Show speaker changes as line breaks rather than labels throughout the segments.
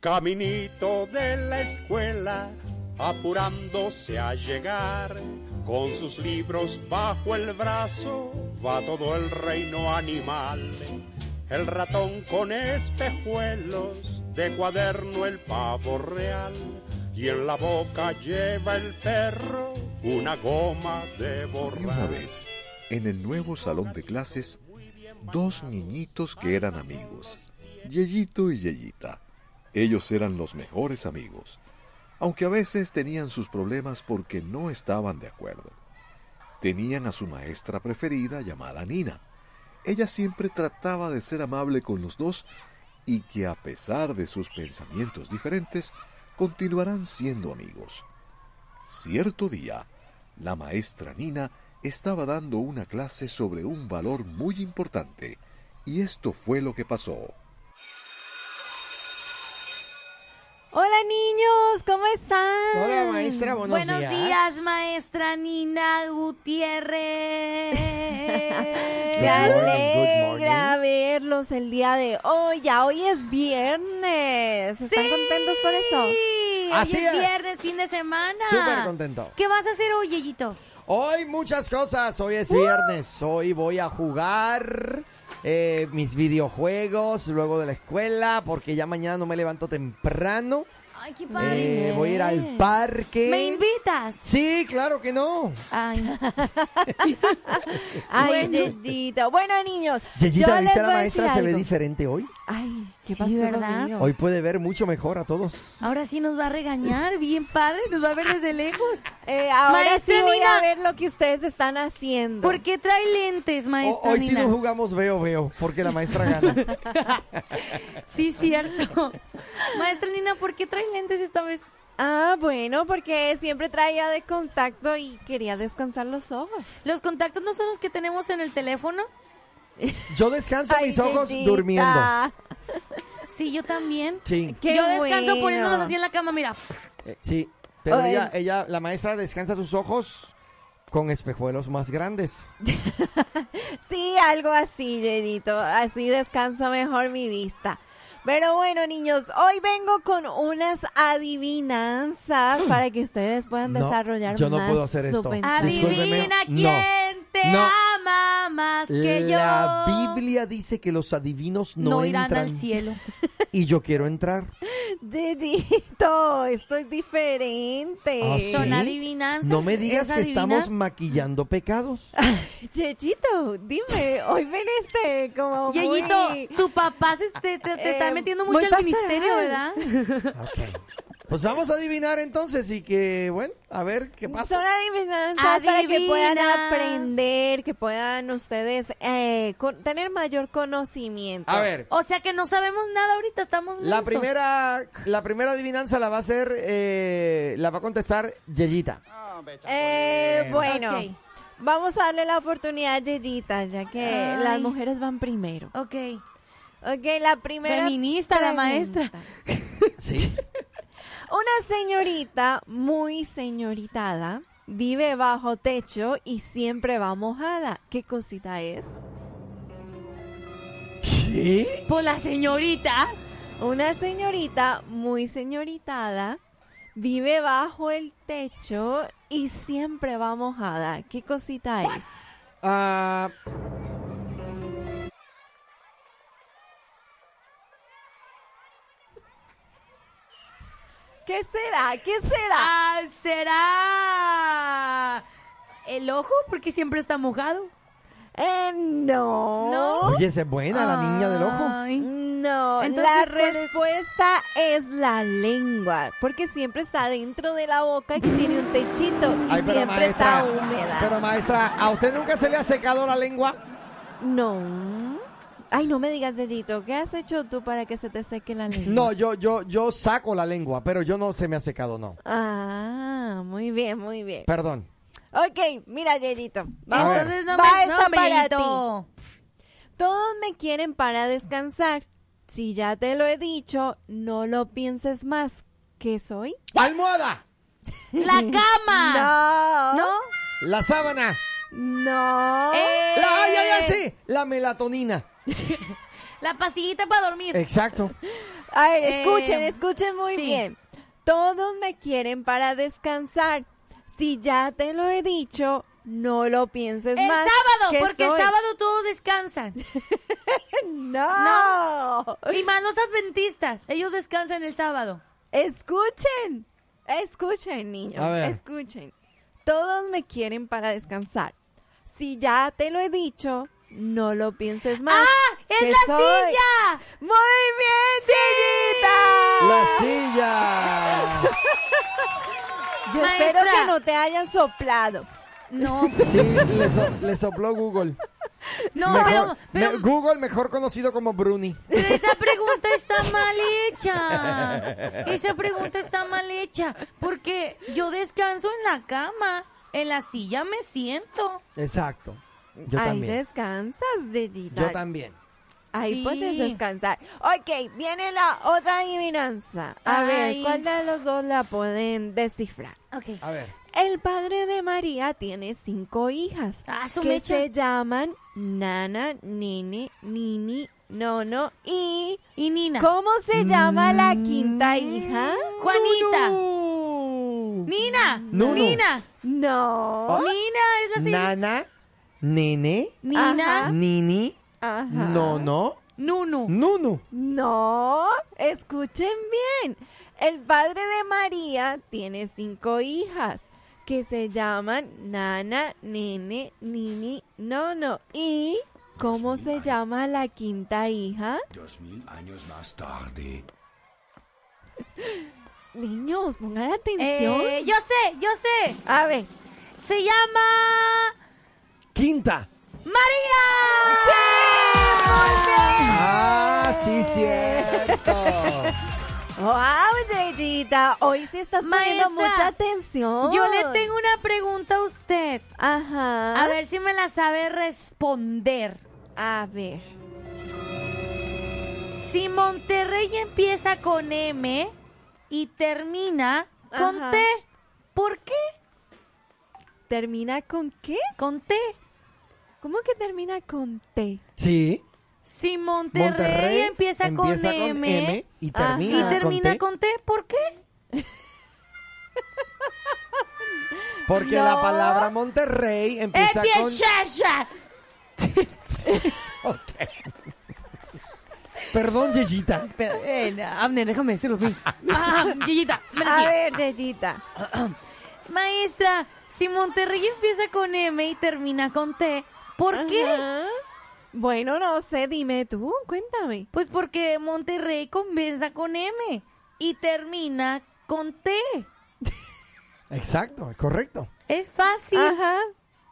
Caminito de la escuela, apurándose a llegar, con sus libros bajo el brazo, va todo el reino animal. El ratón con espejuelos, de cuaderno el pavo real, y en la boca lleva el perro una goma de borrar.
Y una vez, en el nuevo salón de clases, dos niñitos que eran amigos, Yeyito y Yeyita. Ellos eran los mejores amigos, aunque a veces tenían sus problemas porque no estaban de acuerdo. Tenían a su maestra preferida llamada Nina. Ella siempre trataba de ser amable con los dos y que a pesar de sus pensamientos diferentes, continuarán siendo amigos. Cierto día, la maestra Nina estaba dando una clase sobre un valor muy importante, y esto fue lo que pasó.
Hola niños, ¿cómo están?
Hola, maestra, buenos días.
maestra Nina Gutiérrez. Me
Good morning, good
alegra verlos el día de hoy. Ya hoy es viernes. ¿Están contentos por eso?
Sí,
Así
hoy
es.
es viernes, fin de semana.
Súper contento.
¿Qué vas a hacer hoy, Yeyito?
Hoy muchas cosas, hoy es viernes,
Uh.
hoy voy a jugar eh, mis videojuegos luego de la escuela porque ya mañana no me levanto temprano.
Ay, qué
Eh,
padre.
voy a ir al parque.
¿Me invitas?
Sí, claro que no.
Ay,
Ay,
Bueno.
Yeyito. Bueno, niños. yo
Yeyita,
les
¿viste a
voy
la
a decir
maestra? ¿Se ve
algo.
diferente hoy?
Ay, ¿qué
Sí,
pasó,
¿verdad?
amigo?
Hoy puede ver mucho mejor a todos.
Ah,
ahora sí nos va a regañar, bien padre, nos va a ver desde lejos.
Eh, ahora
Maestra
sí voy a
Nina.
ver lo que ustedes están haciendo.
¿Por qué trae lentes,
O-
maestra
Oh, hoy si
Nina?
no jugamos veo, veo, porque la maestra gana.
Sí, cierto. maestra Nina, ¿por qué trae lentes esta vez?
Ah, bueno, porque siempre traía de contacto y quería descansar los ojos.
¿Los contactos no son los que tenemos en el teléfono?
Yo descanso
Ay,
mis ojos
Yeyita.
durmiendo.
Sí, yo también.
Sí,
Qué
yo descanso
bueno.
poniéndolos así en la cama, mira.
eh, sí. Pero
Ay.
ella, ella, la maestra descansa sus ojos con espejuelos más grandes.
Sí, algo así, Yedito. Así descansa mejor mi vista. Pero bueno, niños, hoy vengo con unas adivinanzas para que ustedes puedan
No,
desarrollar
yo no
más
puedo hacer
su
esto.
pensamiento.
Discúlpeme,
Adivina
no.
quién te
No.
ama más que yo.
La Biblia dice que los adivinos no,
no, irán
entran
al cielo.
y yo quiero entrar.
Yeyito, esto es diferente.
Ah, sí.
Son adivinanzas.
No me digas
¿es
que
adivinar?
estamos maquillando pecados.
Yeyito, dime, hoy veniste como muy-
Yeyito, tu papá se te, te- te está
Eh,
metiendo
muy
mucho al
pastoral.
ministerio, ¿verdad?
Ok. Pues vamos a adivinar entonces y que, bueno, a ver qué pasa.
Son adivinanzas para que puedan
Adivina.
aprender, que puedan ustedes eh, con- tener mayor conocimiento.
A ver,
O sea que no sabemos nada ahorita, estamos
la
mensos.
primera, la primera adivinanza la va a hacer, eh, la va a contestar Yeyita.
Ah.
Ah,
Eh, bueno,
Ok.
vamos a darle la oportunidad a Yeyita, ya que
Ay.
las mujeres van primero.
Ok.
Ok, la primera.
Feminista, la
pregunta.
maestra.
Sí.
Una señorita muy señoritada vive bajo techo y siempre va mojada. ¿Qué cosita es?
¿Qué?
Pues la señorita.
Una señorita muy señoritada vive bajo el techo y siempre va mojada. ¿Qué cosita es?
Ah,
¿Qué será? ¿Qué será?
Ah, será el ojo porque siempre está mojado.
Eh, no.
No.
oye, esa es buena, la niña del ojo.
Ay.
No,
Entonces,
la
¿cuál es?
respuesta es? la lengua, porque siempre está dentro de la boca que tiene un techito y
Ay, pero
siempre
maestra,
está húmeda.
pero maestra, ¿a usted nunca se le ha secado la lengua?
No. Ay, no me digas, Yeyito, ¿qué has hecho tú para que se te seque la lengua?
No, yo, yo, yo saco la lengua, pero yo no se me ha secado, no.
Ah, muy bien, muy bien.
Perdón.
Ok, mira, Yeyito. Vamos.
Entonces no
Va
me,
esta
no,
para
Bellito.
Todos me quieren para descansar. Si ya te lo he dicho, no lo pienses más. ¿Qué soy?
¡Almohada!
La cama.
No.
¿No?
La sábana.
No.
Eh,
La, ay, ay, ay, sí. La melatonina.
La pastillita para dormir.
Exacto.
A ver,
Eh,
escuchen, escuchen muy
sí.
bien. Todos me quieren para descansar. Si ya te lo he dicho, no lo pienses
El
más.
sábado,
que
porque
soy-
el sábado todos descansan.
No.
Y más los adventistas, ellos descansan el sábado.
Escuchen. Escuchen, niños.
A ver.
Escuchen. Todos me quieren para descansar. Si ya te lo he dicho, no lo pienses más.
¡Ah!
que
¡Es la
soy-
silla!
Muy bien, Sillita.
La silla.
Yo
Maestra.
espero que no te hayan soplado.
No,
Sí, le, so- le sopló Google.
no,
Mejor-
pero,
me-
pero,
Google, mejor conocido como Bruni.
pero esa pregunta está mal hecha. Esa pregunta está mal hecha. Porque yo descanso en la cama. En la silla me siento.
Exacto. Yo
Ahí
también.
descansas, Dedita.
Yo también.
Ahí
Sí.
puedes descansar. Ok, viene la otra adivinanza. A
Ay.
ver, ¿cuál de los dos la pueden descifrar?
Ok.
A ver.
El padre de María tiene cinco hijas
Ah, su
que
mecha.
se llaman Nana, Nini, Nini, Nono y...
Y Nina.
¿Cómo se llama la
Mm.
quinta hija?
Juanita.
Nunu.
Nina.
Nuno.
Nina.
No.
Nina es la silla.
Nana, Nene,
Nina.
Ajá.
Nini,
Ajá.
Nono,
Nunu.
Nunu.
No, escuchen bien. El padre de María tiene cinco hijas que se llaman Nana, Nene, Nini, Nono. ¿Y cómo se llama la quinta hija?
Dos mil años más tarde.
Niños, pongan atención.
Eh, yo sé, yo sé.
A ver.
Se llama
Quinta.
María.
Ah,
Eh.
sí, cierto.
¡Wow, Yeyita! Hoy sí estás
Maestra,
poniendo mucha atención.
Yo le tengo una pregunta a usted.
Ajá.
A ver si me la sabe responder.
A ver.
Si Monterrey empieza con M y termina con
Ajá.
T, ¿por qué?
¿Termina con qué?
Con T.
¿Cómo que termina con T?
Sí.
Si Monterrey,
Monterrey
empieza, con, M,
y
Ajá.
termina,
y
con
termina
T,
con T, ¿por qué?
Porque
No.
la palabra Monterrey empieza con...
Empieza.
Perdón, Yeyita.
Pero, eh, Abner, déjame decirlo a mí. Ah, Yeyita, me la
A
tiro.
ver, Yeyita.
Maestra, si Monterrey empieza con M y termina con T, ¿por qué?
Ajá. Bueno, no sé, dime tú, cuéntame.
Pues porque Monterrey comienza con M y termina con T.
Exacto, es correcto.
Es fácil.
Ajá.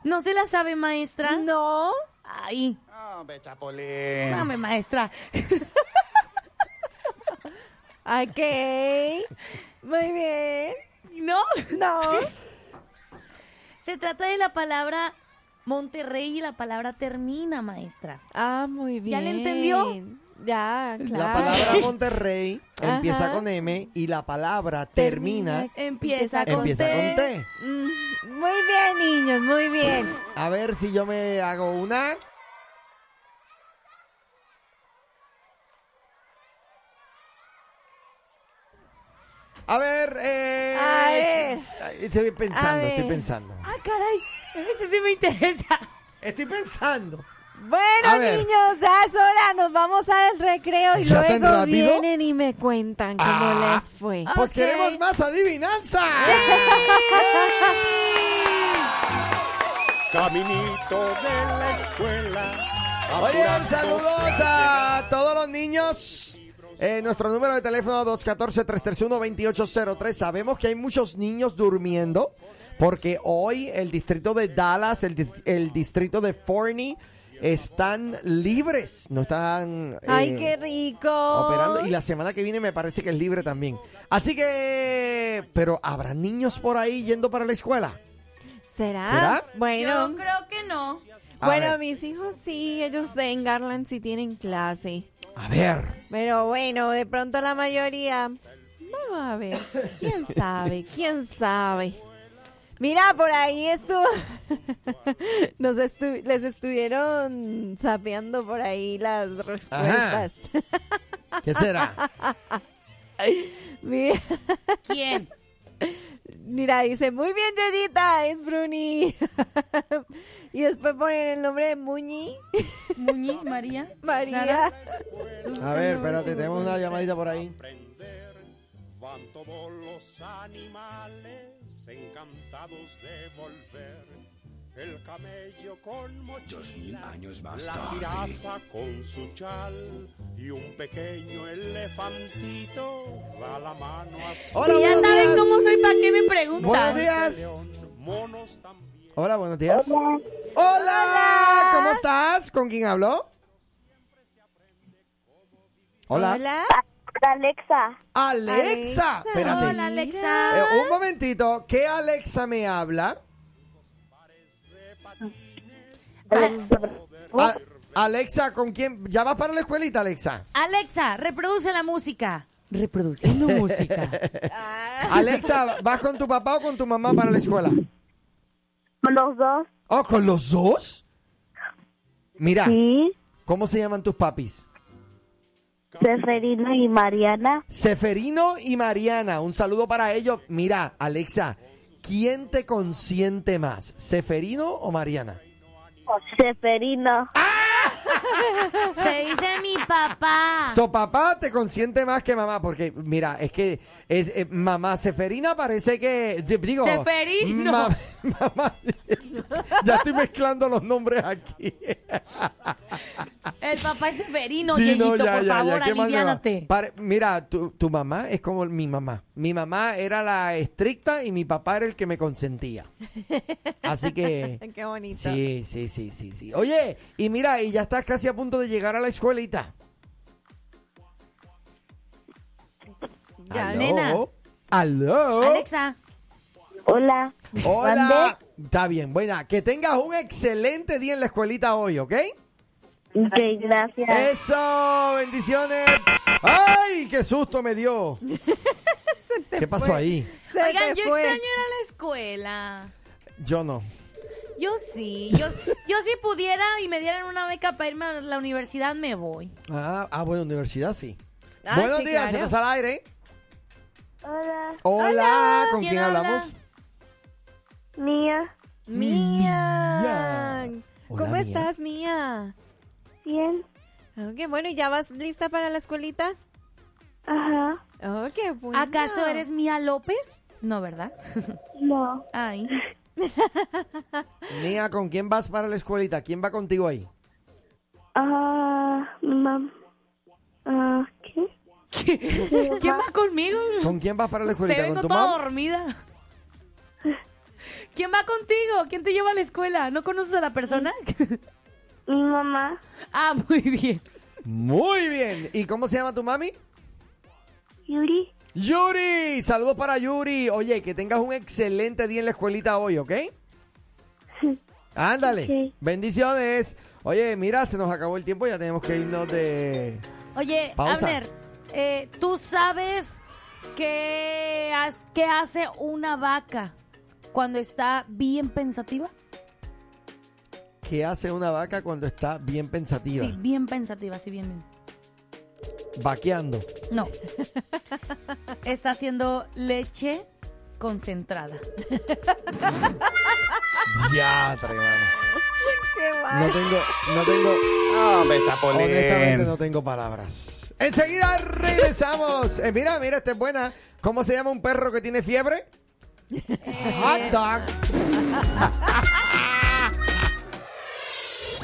¿No se la sabe, maestra?
No.
Ay,
Hombre, Chapolín.
dame, maestra.
Ok. Muy bien.
No.
No.
Se trata de la palabra Monterrey y la palabra termina, maestra.
Ah, muy bien.
¿Ya le entendió?
Ya, claro.
La palabra Monterrey
Ajá.
empieza con M y la palabra termina,
Empieza, con,
empieza
T.
con T.
Mm, Muy bien, niños, muy bien.
A ver si yo me hago una. A ver, eh,
A ver.
ay, Estoy
A
pensando,
ver.
estoy pensando.
Ah, caray.
Ese sí me interesa.
Estoy pensando. A
Bueno,
ver.
niños, ya es hora. Nos vamos al recreo y
¿Ya tan
luego
rápido?
vienen y me cuentan cómo
Ah.
les fue.
Pues
Ok.
queremos más adivinanza.
Caminito de la escuela.
Oigan,
apurándose
saludos
llegar.
a todos los niños. Eh, nuestro número de teléfono 214-331-2803. Sabemos que hay muchos niños durmiendo porque hoy el distrito de Dallas, el, dis- el distrito de Forney están libres. No están... eh,
Ay, qué rico.
Operando. Y la semana que viene me parece que es libre también. Así que... Pero ¿habrá niños por ahí yendo para la escuela?
¿Será?
¿Será?
Bueno.
Yo creo que no.
A
bueno,
ver.
mis hijos sí, ellos en Garland sí tienen clase.
A ver.
Pero bueno, de pronto la mayoría. Vamos a ver. ¿Quién sabe? ¿Quién sabe? Mira, por ahí estuvo. Nos estu- les estuvieron sapeando por ahí las respuestas.
¿Qué será?
Mira,
¿Quién?
mira, dice, muy bien, Yedita, es Bruni. y después ponen el nombre de Muñi,
¿Muñi? ¿María?
María.
¿Sara?
A ver, espérate, tenemos una llamadita por ahí.
Aprender van todos los animales encantados de volver. El camello con mochila,
Dos mil años más
la
tarde.
jirafa con su chal y un pequeño elefantito da la mano a su
Hola,
Si ya
buenos
saben
días.
cómo soy, ¿para qué me preguntan?
Buenos días.
león. Monos también.
Hola, buenos días. Hola. ¿Cómo estás? ¿Con quién habló? Hola.
Hola.
Alexa,
Alexa. Espérate.
Hola, Alexa.
Eh, un momentito. ¿Qué Alexa me habla? A- Alexa, ¿con quién? ¿Ya vas para la escuelita, Alexa?
Alexa, reproduce la música. Reproduciendo música.
Alexa, ¿vas con tu papá o con tu mamá para la escuela?
los dos,
Oh, ¿con los dos? Mira,
sí,
¿cómo se llaman tus papis?
Seferino y Mariana,
Seferino y Mariana, un saludo para ellos. Mira, Alexa, ¿quién te consiente más, Seferino o Mariana?
Seferino,
Se dice mi
Ah.
papá.
So, papá te consiente más que mamá, porque mira, es que es eh, mamá Seferina parece que di- digo
Seferino.
ma- mamá, ya estoy mezclando los nombres aquí.
El papá es Severino,
Sí,
Dieguito,
no, ya,
por
ya,
favor,
ya, ¿qué más me va?
aliviánate.
Pare- mira, tu, tu mamá es como mi mamá. Mi mamá era la estricta y mi papá era el que me consentía. Así que
Qué bonito.
sí, sí, sí, sí, sí. Oye, y mira, y ya estás casi a punto de llegar a la escuelita.
Ya,
Aló.
nena.
Aló.
Alexa,
hola,
Hola. Está bien, buena. Que tengas un excelente día en la escuelita hoy, ¿ok?
¿Mande? Ok, gracias,
Eso, bendiciones. ¡Ay, qué susto me dio! ¿Qué pasó ahí?
Se
oigan,
te
yo
fue.
extraño ir a la escuela.
Yo no.
Yo sí, yo, yo si pudiera y me dieran una beca para irme a la universidad, me voy.
Ah, ah bueno, universidad sí.
Ah,
Buenos
sí,
días,
claro.
estás al aire.
hola,
Hola,
Hola,
¿con
¿quién
quién,
habla?
hablamos?
mía,
Mía.
Mía.
¿Cómo
Hola, Mía.
estás, Mía?
bien,
Ok, bueno, ¿y ya vas lista para la escuelita?
ajá,
Oh, qué bueno.
¿Acaso eres Mía López? No, ¿verdad?
no,
Ay.
Mía, ¿con quién vas para la escuelita? ¿Quién va contigo ahí?
ah, mam, ah, ¿qué?
¿Quién va conmigo?
¿Con quién vas para la
Se
escuelita?
vengo
¿Con tu
toda
mamá?
dormida. ¿Quién va contigo? ¿Quién te lleva a la escuela? ¿No conoces a la persona?
Mi mamá,
ah, muy bien.
Muy bien. ¿Y cómo se llama tu mami?
Yuri,
Yuri, saludos para Yuri. Oye, que tengas un excelente día en la escuelita hoy, ¿ok? Ándale.
Ok.
Bendiciones. Oye, mira, se nos acabó el tiempo, ya tenemos que irnos de...
Oye,
Pausa.
Abner, eh, ¿tú sabes qué, ha- qué hace una vaca cuando está bien pensativa?
¿Qué hace una vaca cuando está bien pensativa?
Sí, bien pensativa, sí, bien, bien.
Vaqueando.
No. está haciendo leche concentrada.
Ya, mano.
Qué guay.
No tengo, no tengo, Ah,
No, me chapolín.
honestamente no tengo palabras. Enseguida regresamos. Eh, mira, mira, esta es buena. ¿Cómo se llama un perro que tiene fiebre? Hot dog.